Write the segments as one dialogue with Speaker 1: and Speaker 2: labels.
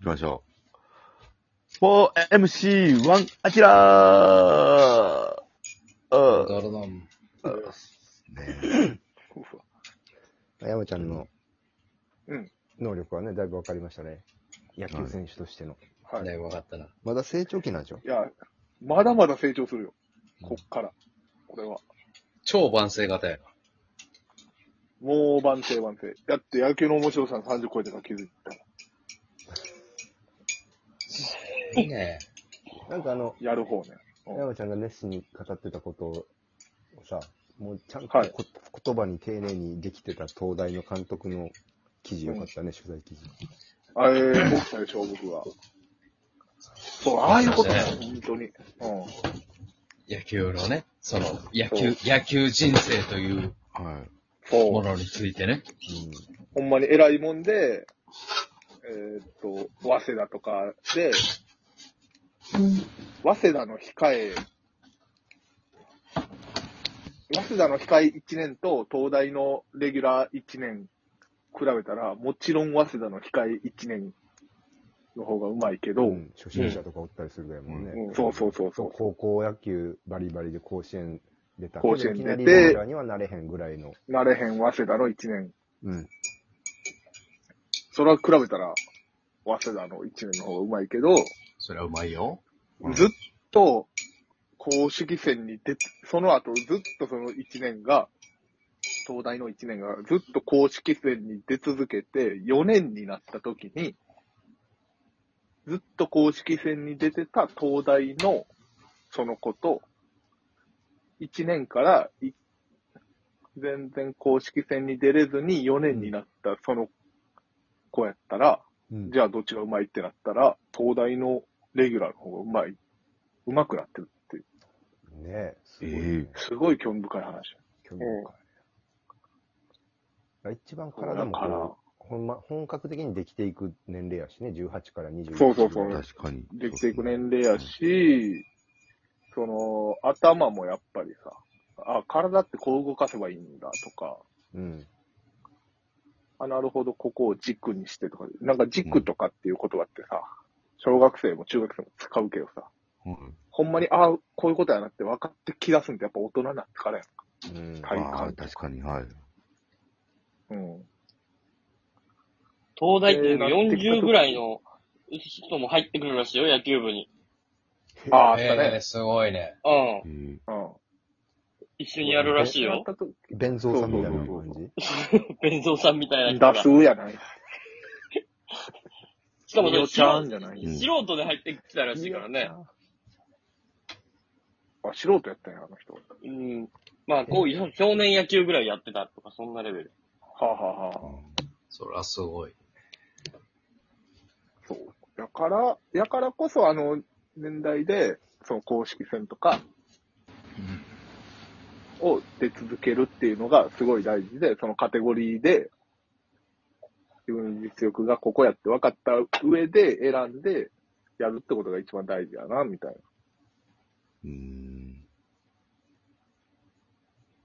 Speaker 1: きましょう。4MC1 アキラー
Speaker 2: だ
Speaker 1: あ
Speaker 2: からな、
Speaker 3: 山ちゃんの
Speaker 4: うん
Speaker 3: 能力はね、だいぶ分かりましたね。野球選手としての。
Speaker 4: はい。
Speaker 2: だいぶ分かったな。
Speaker 3: まだ成長期なんでしょ
Speaker 4: いや、まだまだ成長するよ。こっから。これは。
Speaker 2: 超万世型やな。
Speaker 4: もう万世万世。だって野球の面白さの30超えてから気づいた。
Speaker 2: いいね。
Speaker 3: なんかあの、
Speaker 4: やる方ね。
Speaker 3: 山ちゃんが熱心に語ってたことをさ、もうちゃんとこ、
Speaker 4: はい
Speaker 3: 言葉に丁寧にできてた東大の監督の記事よかったね、取材記事。
Speaker 4: あ れ、僕たち小僕は。そう、ああいうことね、本当に。うん。
Speaker 2: 野球のね、その、野球、野球人生という
Speaker 1: はい。
Speaker 4: そ
Speaker 2: も
Speaker 4: う。
Speaker 2: のについてね。
Speaker 4: ほんまに偉いもんで、えーっと、早稲田とかで、早稲田の控え、早稲田の控え1年と東大のレギュラー1年比べたら、もちろん早稲田の控え1年の方がうまいけど、
Speaker 3: うん。うん初心者とかおったりするぐらいもんね。
Speaker 4: うんそうそうそうそう。
Speaker 3: 高校野球バリバリで甲子園出た。
Speaker 4: 甲子園
Speaker 3: いき
Speaker 4: 出て
Speaker 3: なりレギュラーにはなれへんぐらいの。
Speaker 4: なれへん早稲田の1年。
Speaker 3: うん。
Speaker 4: それは比べたら、早稲田の1年の方がうまいけど、
Speaker 2: それはうまいよ。
Speaker 1: うん
Speaker 4: ずっと、公式戦に出て、その後ずっとその1年が、東大の1年がずっと公式戦に出続けて、4年になった時に、ずっと公式戦に出てた東大のその子と、1年からい全然公式戦に出れずに4年になったその子やったら、
Speaker 3: うん
Speaker 4: じゃあどっちがうまいってなったら、東大のレギュラーの方がうまい、うまくなってるっていう、
Speaker 3: ねえ、すごい、
Speaker 1: え
Speaker 3: ね。
Speaker 4: すごい興味深い話。
Speaker 3: 興味深い。一番体も
Speaker 4: だから
Speaker 3: こうほんま、本格的にできていく年齢やしね、18から20。
Speaker 4: そうそうそう
Speaker 1: え確かに。
Speaker 4: できていく年齢やし、その、頭もやっぱりさ、あ、体ってこう動かせばいいんだとか、
Speaker 3: うん。
Speaker 4: あ、なるほど、ここを軸にしてとか、なんか軸とかっていう言葉ってさ、小学生も中学生も使うけどさ、
Speaker 1: うん。
Speaker 4: ほんまに、あこういうことやなって分かってきだすんってやっぱ大人になってからやんか。
Speaker 3: うん。
Speaker 4: 体
Speaker 1: ああ、
Speaker 4: 感。
Speaker 1: 確かに、はい。
Speaker 4: うん。
Speaker 5: 東大って40ぐらいの人も入ってくるらしいよ、野球部に。
Speaker 4: ああ、あった
Speaker 2: ええ
Speaker 4: ね。
Speaker 2: すごいね。
Speaker 5: うん。
Speaker 1: えー
Speaker 4: うん。
Speaker 5: 一緒にやるらしい
Speaker 4: なっ
Speaker 5: よ。
Speaker 4: た時
Speaker 3: 弁蔵さんみたいな
Speaker 4: そうそ
Speaker 3: 感
Speaker 4: うそ
Speaker 3: じ
Speaker 5: 弁蔵さんみたいな人が
Speaker 4: 出。すやない。
Speaker 5: しかも
Speaker 4: よ
Speaker 5: ね、
Speaker 4: ちゃんじゃない。
Speaker 1: うん
Speaker 5: 素人で入ってきたらしいからね。
Speaker 4: あ、素人やったんや、あの人。は
Speaker 5: うん。まあ、こういう少年野球ぐらいやってたとか、そんなレベル。
Speaker 4: あ、はあはあ、
Speaker 2: そりゃすごい。
Speaker 4: そう。だから、やからこそ、あの、年代で、その公式戦とか、を出続けるっていうのがすごい大事で、そのカテゴリーで、自分の実力がここやって分かった上で選んでやるってことが一番大事やな、みたい
Speaker 1: うん。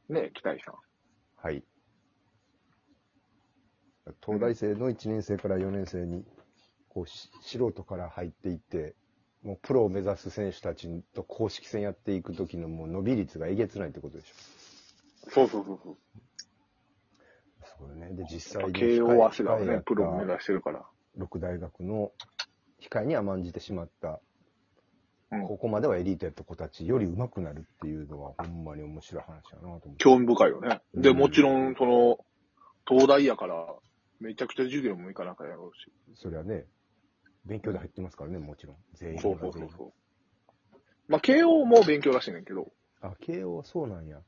Speaker 4: な。ね、期待さん。
Speaker 3: はい。東大生の1年生から4年生に、こうし、素人から入っていって、もうプロを目指す選手たちと公式戦やっていく時のもう伸び率がえげつないってことでしょ。
Speaker 4: そうそうそうそう。
Speaker 3: すごいね。で、実際に控え。
Speaker 4: 慶応早稲田は
Speaker 3: 控えや
Speaker 4: ね
Speaker 3: っ、た
Speaker 4: プロを目指してるから。
Speaker 3: 六大学の控えに甘んじてしまった、
Speaker 4: うん
Speaker 3: ここまではエリートやった子たちより上手くなるっていうのは、ほんまに面白い話だなと思って。
Speaker 4: 興味深いよね。で、
Speaker 3: うん
Speaker 4: もちろん、その、東大やから、めちゃくちゃ授業も行かなきゃやろうし。
Speaker 3: それはね、勉強で入ってますからね、もちろん。全員が
Speaker 4: そ
Speaker 3: 全
Speaker 4: う
Speaker 3: 員。
Speaker 4: そうそうそう。まあ、慶応も勉強らしいねんけど、
Speaker 3: あ、慶応はそうなんや。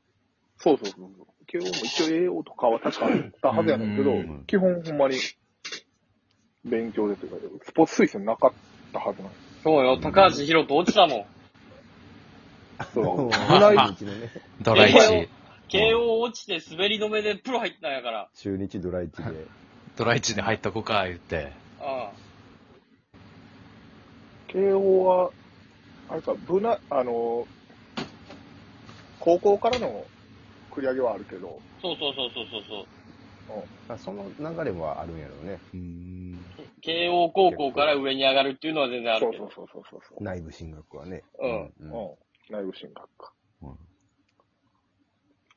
Speaker 4: そうそうそうそう。慶応も一応栄養とかは確かあったはずやねんけど
Speaker 2: うん、
Speaker 4: 基本ほんまに、勉強でというか、スポーツ推薦なかったはずなんです
Speaker 5: そうよ、高橋宏斗落ちたもん。
Speaker 4: そう。
Speaker 3: 村井日のね、
Speaker 2: ドラ1、
Speaker 5: 慶応落ちて滑り止めでプロ入ったんやから。
Speaker 3: 中日ドライチで。
Speaker 2: ドラ1に入っとこか、言って。
Speaker 5: あ
Speaker 4: 慶応は、あれか、部な、あの、高校からの繰り上げはあるけど、
Speaker 5: あ。そうそうそうそうそう
Speaker 3: あその流れはあるんやろうね。
Speaker 1: うん。
Speaker 5: そう。慶応高校から上に上がるっていうのは全然あ
Speaker 4: そ
Speaker 5: る
Speaker 4: う
Speaker 5: け
Speaker 4: そ
Speaker 5: ど
Speaker 4: う。そうそうそうそう。
Speaker 3: 内部進学はね。
Speaker 5: うん。
Speaker 3: う。
Speaker 4: うんん。内部進学か。
Speaker 3: うん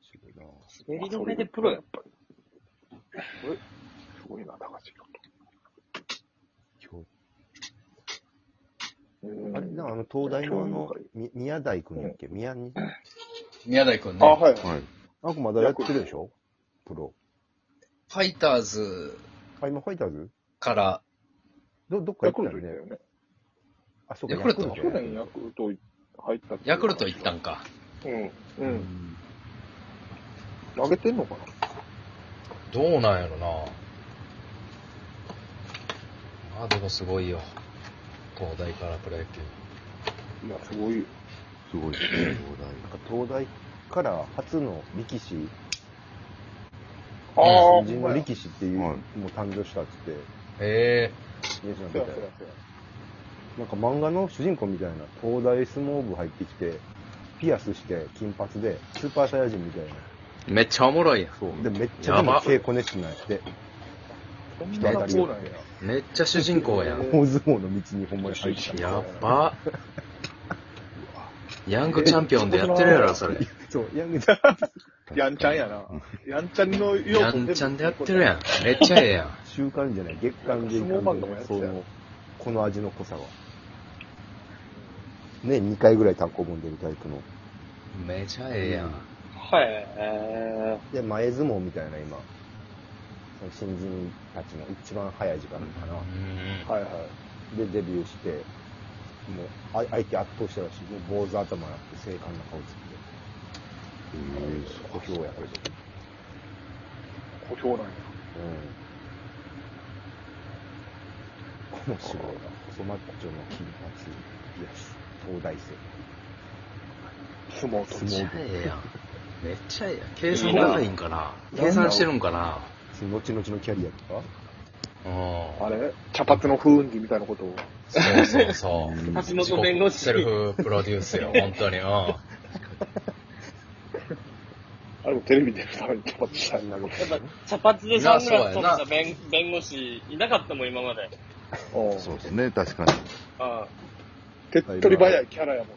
Speaker 3: そうだな
Speaker 5: 滑り止めでプロや
Speaker 4: っぱり。これ、すごいな、高橋
Speaker 3: 京
Speaker 4: 宏
Speaker 3: あれな、あの、東大のあの
Speaker 4: 京都、
Speaker 3: み宮台君だっけ宮に。
Speaker 2: 宮台くん
Speaker 4: あ、
Speaker 2: ね。
Speaker 4: はい。
Speaker 3: い。あくまだやってるでしょプロ。
Speaker 2: ファイターズ
Speaker 3: あ、今ファイターズ
Speaker 2: から、
Speaker 3: ど、どっか
Speaker 4: ヤ
Speaker 3: 行
Speaker 4: ク
Speaker 3: った
Speaker 4: ルト
Speaker 3: よ
Speaker 4: 行
Speaker 3: ね
Speaker 4: ったよ。ね。
Speaker 3: あ、そうか、
Speaker 2: ヤクルト
Speaker 4: 去年ヤクルト入ったっていう
Speaker 2: ヤクルト行ったんか。
Speaker 4: うん。
Speaker 3: う
Speaker 4: うん。
Speaker 3: ん。
Speaker 4: 投げてんのかな
Speaker 2: どうなんやろな。まあでもすごいよ。東大からプロ野球。
Speaker 4: いや、すごいよ。
Speaker 1: すごいですね、
Speaker 3: なんか東大から初の力士、
Speaker 4: あ
Speaker 3: 新人
Speaker 4: ーほん
Speaker 3: の
Speaker 4: まや
Speaker 3: 力士っていう、
Speaker 1: はい
Speaker 3: もう誕生したっつって、
Speaker 2: へえ。
Speaker 3: ニュースなん
Speaker 4: そ
Speaker 3: か
Speaker 4: う
Speaker 3: 見
Speaker 4: や
Speaker 3: たよ
Speaker 4: そうやそう
Speaker 3: な
Speaker 4: や
Speaker 3: んか漫画の主人公みたいな、東大相撲部入ってきて、ピアスして、金髪で、スーパーサイヤ人みたいな。
Speaker 2: めっちゃおもろいやん。
Speaker 3: そう。で、めっちゃ
Speaker 2: や
Speaker 3: でも
Speaker 2: ば
Speaker 3: 稽古熱心なんやって、
Speaker 4: そん
Speaker 3: 人
Speaker 4: な
Speaker 3: 当たり
Speaker 4: そ
Speaker 3: よ
Speaker 4: うなんや。
Speaker 2: めっちゃ主人公やん。
Speaker 3: 大相撲の道にほんまに入った。
Speaker 2: やっば。ヤングチャンピオンでやってるやろ、それ。
Speaker 3: そう、ヤングちゃん。
Speaker 4: やんちゃんやな。やんちゃんの要素
Speaker 2: ヤンちゃんでやってるやん。めっちゃええやん。
Speaker 3: 週刊じゃない、月刊月
Speaker 4: 相撲漫
Speaker 3: 刊
Speaker 4: 画もや
Speaker 3: で、
Speaker 4: ってた
Speaker 3: そ
Speaker 4: よ
Speaker 3: の、この味の濃さは。ね、2回ぐらい単行本出るタイプの。
Speaker 2: めちゃええやん。
Speaker 5: はい。え
Speaker 3: で、前相撲みたいな今、その新人たちの一番早い時間かな。
Speaker 2: う
Speaker 4: はいはい。
Speaker 3: で、デビューして、もう、あ相手圧倒したらしい。もう坊主頭になって、精悍な顔つきで。小兵やから。
Speaker 4: 小兵なんや。
Speaker 3: うん。このすごいな。細マッチョの金髪、いや、東大生。
Speaker 4: 相撲
Speaker 2: ん。めっちゃ
Speaker 4: と。
Speaker 2: ええやん。めっちゃええやん。計算長いんかな計算してるんかな
Speaker 3: その後々のキャリアとか
Speaker 2: うん。
Speaker 4: あれ茶髪の風雲儀みたいなことを。
Speaker 2: そうそうそう。
Speaker 5: ー、橋本弁護士
Speaker 2: セ。ルフプロデュースよ、本当に。うん。
Speaker 4: あれもテレビ出るために茶髪したいな。
Speaker 5: やっぱ茶髪でサングラス取った弁弁護士いなかったもん、今まで。
Speaker 4: おう
Speaker 1: そうですね、確かに。
Speaker 5: うん。
Speaker 4: 手っ取り早いキャラやも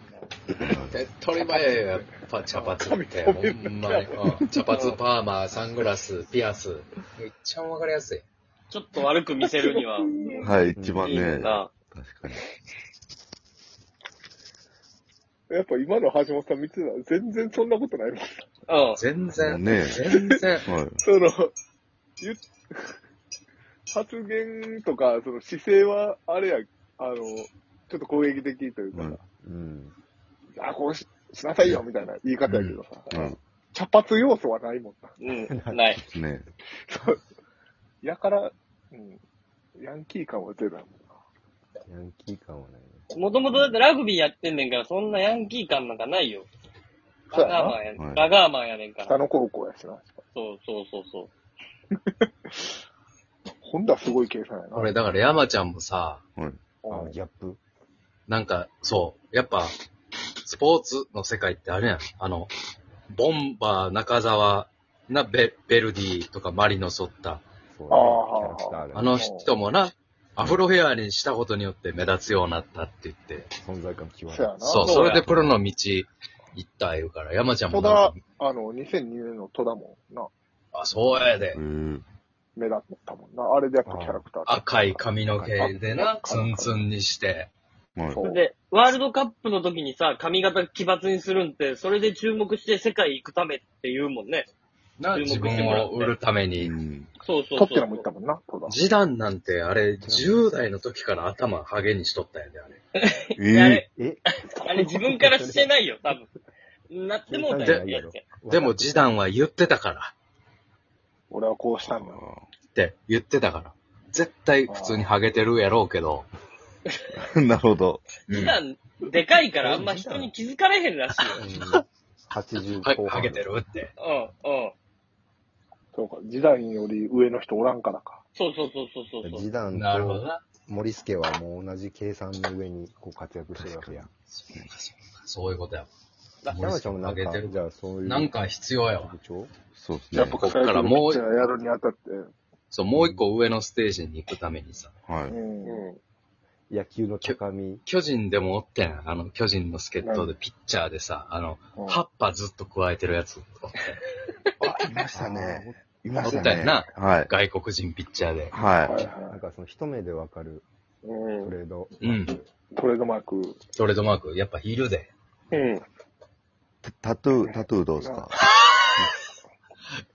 Speaker 4: んな。
Speaker 2: 手っ取り早いよ、やっぱ茶髪って。ほんまに。うん茶髪、パーマ、サングラス、ピアス。めっちゃわかりやすい。
Speaker 5: ちょっと悪く見せるには、
Speaker 1: はい、一番
Speaker 5: いいも
Speaker 1: ね
Speaker 5: ん、な。
Speaker 1: 確かに。
Speaker 4: やっぱ今の橋本さん見てたら全然そんなことないもん。
Speaker 5: うん。
Speaker 2: 全
Speaker 1: もう
Speaker 2: 然。
Speaker 1: ね
Speaker 2: 全然。
Speaker 1: はい。
Speaker 4: その、言っ 発言とか、その姿勢は、あれや、あの、ちょっと攻撃的というか、
Speaker 1: うん
Speaker 3: うん。
Speaker 4: あ、こうししなさいよ、みたいな言い方やけどさ、
Speaker 1: うん。
Speaker 4: 茶髪要素はないもんな。
Speaker 5: うん。ない。
Speaker 1: ね
Speaker 4: そうやから、うん、ヤンキー感は出ないもんな。
Speaker 3: ヤンキー感はないね。
Speaker 5: もともとだってラグビーやってんねんから、そんなヤンキー感なんかないよ。ラガーマンや、
Speaker 1: そうやな
Speaker 5: ラガーマンやねんから。
Speaker 4: 北野高校やしな。
Speaker 5: そうそうそうそう。
Speaker 4: ほんだすごい計算やな。
Speaker 2: 俺、だから山ちゃんもさ、
Speaker 1: はい。
Speaker 3: あ
Speaker 4: う、ん
Speaker 3: ギャップ
Speaker 2: なんか、そう、やっぱ、スポーツの世界ってあるやん。あの、ボンバー、中澤、な、ベ、ベルディとかマリノソッタ。
Speaker 3: そうね、
Speaker 4: あー
Speaker 3: キャラクターある、ね。
Speaker 2: あの人もな、アフロヘアにしたことによって目立つようになったって言って。
Speaker 3: 存在感極ま
Speaker 4: そうや
Speaker 3: る。
Speaker 4: な。
Speaker 2: そう、
Speaker 5: そ
Speaker 2: そう
Speaker 5: や
Speaker 2: れでプロの道行った言うから、山ちゃんも
Speaker 4: 戸
Speaker 2: なんか
Speaker 4: 田、あの、2002年の戸田もな、
Speaker 2: あ、そうやで
Speaker 1: え。ー、
Speaker 4: 目立ったもんな。あれでやっぱキャラクター。
Speaker 2: 赤い髪の毛でな、
Speaker 4: 赤
Speaker 2: ツンツンにして。
Speaker 1: はい。
Speaker 4: そう
Speaker 5: で、ワールドカップの時にさ、髪型奇抜にするんって、それで注目して世界行くためって言うもんね。
Speaker 2: な、
Speaker 5: 注目
Speaker 2: 自
Speaker 5: して
Speaker 2: 分
Speaker 5: もらっ
Speaker 2: を売
Speaker 5: て
Speaker 2: るた めに
Speaker 1: う。ん。
Speaker 5: そうそうそ
Speaker 4: トッ
Speaker 5: う。
Speaker 4: テナも行ったもんな、戸田。
Speaker 2: ジダンなんて、あれ、10代の時から頭ハゲにしとったんやで、あれ。
Speaker 1: え
Speaker 5: いやあ
Speaker 1: ー
Speaker 5: れ、
Speaker 3: え
Speaker 5: あれ自分からしてないよ、多分。なってもうたよ、やつや。
Speaker 2: でも、ジダンは言ってたから、
Speaker 4: 俺はこうした
Speaker 1: あ
Speaker 4: んだ。
Speaker 2: って言ってたから。絶対普通にハゲてるやろうけど。
Speaker 1: ー なるほど。
Speaker 2: うん
Speaker 5: 普段、でかいからあんま人に気づかれへんらしい
Speaker 3: 80
Speaker 2: は
Speaker 3: 後半。
Speaker 2: ハゲて。るって。
Speaker 5: よ。うん、うん。
Speaker 4: そうか、時代より上の人おらんからか。
Speaker 5: そうそうそうそうそうそう。
Speaker 3: 次男
Speaker 2: なるほど
Speaker 3: と
Speaker 2: な。
Speaker 3: 森助はもう同じ計算の上にこう活躍してるわけやん。
Speaker 2: そうか、そうか。そういうことや。
Speaker 3: 山ちゃんもなん
Speaker 2: ハゲて
Speaker 3: か、
Speaker 2: る
Speaker 3: じゃあそういう
Speaker 2: なんか必要やわ
Speaker 3: 特。徴
Speaker 1: そうですね。
Speaker 4: やっぱ
Speaker 2: こっからもう
Speaker 4: ピッチャーやるにあたって、
Speaker 2: そう、もう一個上のステージに行くためにさ、
Speaker 1: は
Speaker 4: う
Speaker 1: い。
Speaker 4: ん。
Speaker 3: 野球の高み。
Speaker 2: 巨人でもおってん、あの、巨人の助っ人でピッチャーでさ、あの、
Speaker 4: うん
Speaker 2: 葉っぱずっと加えてるやつとか、
Speaker 1: あ、いましたね。いました
Speaker 2: おった
Speaker 1: ね。
Speaker 2: よな
Speaker 1: はい。
Speaker 2: 外国人ピッチャーで。
Speaker 1: は
Speaker 4: はい
Speaker 1: い。
Speaker 3: なん
Speaker 4: は
Speaker 3: かその一目でわかる
Speaker 4: い。う
Speaker 3: ト
Speaker 4: ん。
Speaker 3: レード。
Speaker 2: うん。
Speaker 4: トレードマーク。
Speaker 2: トレードマーク、やっぱいるで。
Speaker 4: うん。
Speaker 1: タタトゥー、タトゥーどうですか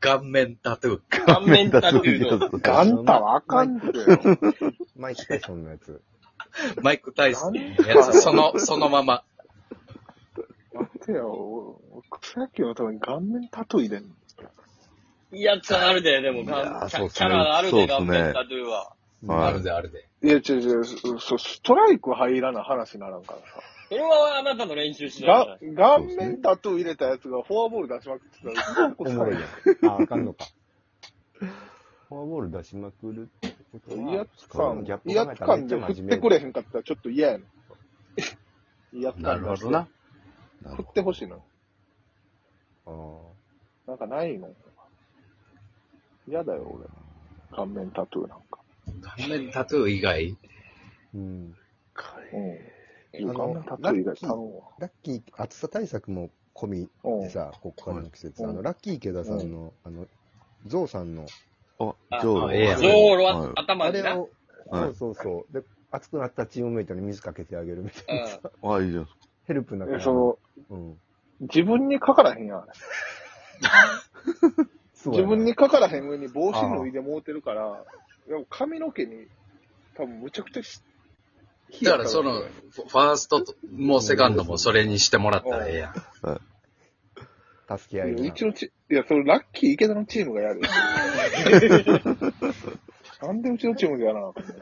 Speaker 2: 顔面タトゥー。
Speaker 5: 顔面タトゥーの。
Speaker 1: の
Speaker 4: ガンタはあかんってよ。
Speaker 3: マイク・タイソンのやつ。
Speaker 2: マイク・タイソンのやつ、その、そのまま。
Speaker 4: 待ってよ。草野球のために顔面タトゥー入れんの
Speaker 5: いやつはあるで、でも、キ
Speaker 1: いやー
Speaker 5: ャ
Speaker 1: そうっすね
Speaker 5: キャラがある
Speaker 1: そうっ
Speaker 5: です
Speaker 1: ね
Speaker 5: 顔面タトゥーは。
Speaker 2: あ
Speaker 1: は
Speaker 2: る
Speaker 1: い。
Speaker 2: で、あるで。
Speaker 4: いや、違う違う、そそストライク入らない話にならんからさ。
Speaker 5: それはあなたの練習しない
Speaker 4: が顔面タトゥー入れたやつがフォアボール出しまくってたら、
Speaker 3: おもろいやん。あ、あかんのか。フォアボール出しまくるってことは、
Speaker 4: 威圧
Speaker 3: その
Speaker 4: 感
Speaker 3: ギャッ、プ
Speaker 4: 威
Speaker 3: 考え
Speaker 4: 圧
Speaker 3: たらめ
Speaker 4: 感
Speaker 3: っち
Speaker 4: で
Speaker 3: ゃ真
Speaker 4: 振っ
Speaker 3: 面目
Speaker 4: てくれへんかったらちょっと嫌やねん。威圧
Speaker 2: な
Speaker 4: 感
Speaker 2: る
Speaker 4: 出
Speaker 2: ほ
Speaker 4: し
Speaker 2: ど
Speaker 4: て。
Speaker 2: な。
Speaker 1: なる
Speaker 4: 振
Speaker 1: ほど
Speaker 4: ってほしいの。
Speaker 3: あー
Speaker 4: なんかないの嫌だよ、俺。顔面タトゥーなんか。
Speaker 2: 顔面タトゥー以外、
Speaker 3: うん。
Speaker 4: うん。顔面タトゥー以外頼むわ。
Speaker 3: ラッキー、暑さ対策も込み
Speaker 4: うん
Speaker 3: で。さ、ここからの季節、
Speaker 4: うん
Speaker 3: あの、ラッキー池田さんの、あの、ゾウさんの、
Speaker 1: あ、ジョーロ。
Speaker 2: あええやん
Speaker 5: ゾーロ
Speaker 1: は
Speaker 5: はい頭
Speaker 3: あ
Speaker 5: に
Speaker 3: れ
Speaker 5: な。
Speaker 3: を、
Speaker 1: は
Speaker 3: そ
Speaker 1: いう
Speaker 3: そうそう。で、暑くなったチームメイトに水かけてあげるみたいなさ、
Speaker 1: あ、いいじゃん。
Speaker 3: ヘルプな感
Speaker 4: え
Speaker 3: じ。
Speaker 4: その、
Speaker 3: うん。
Speaker 4: 自分にかからへんやん。
Speaker 3: そうや
Speaker 4: 自
Speaker 3: な
Speaker 4: 分にかからへん上に帽子脱いでもうてるから、でも髪の毛に、多分むちゃくちゃし、
Speaker 2: だからその、ファーストともセカンドもそれにしてもらったらええやん。
Speaker 3: 助け合い
Speaker 4: いや、
Speaker 3: な
Speaker 4: うちのチ、いや、そのラッキー池田 のチームがやる。なんでうちのチームでやらなあかったの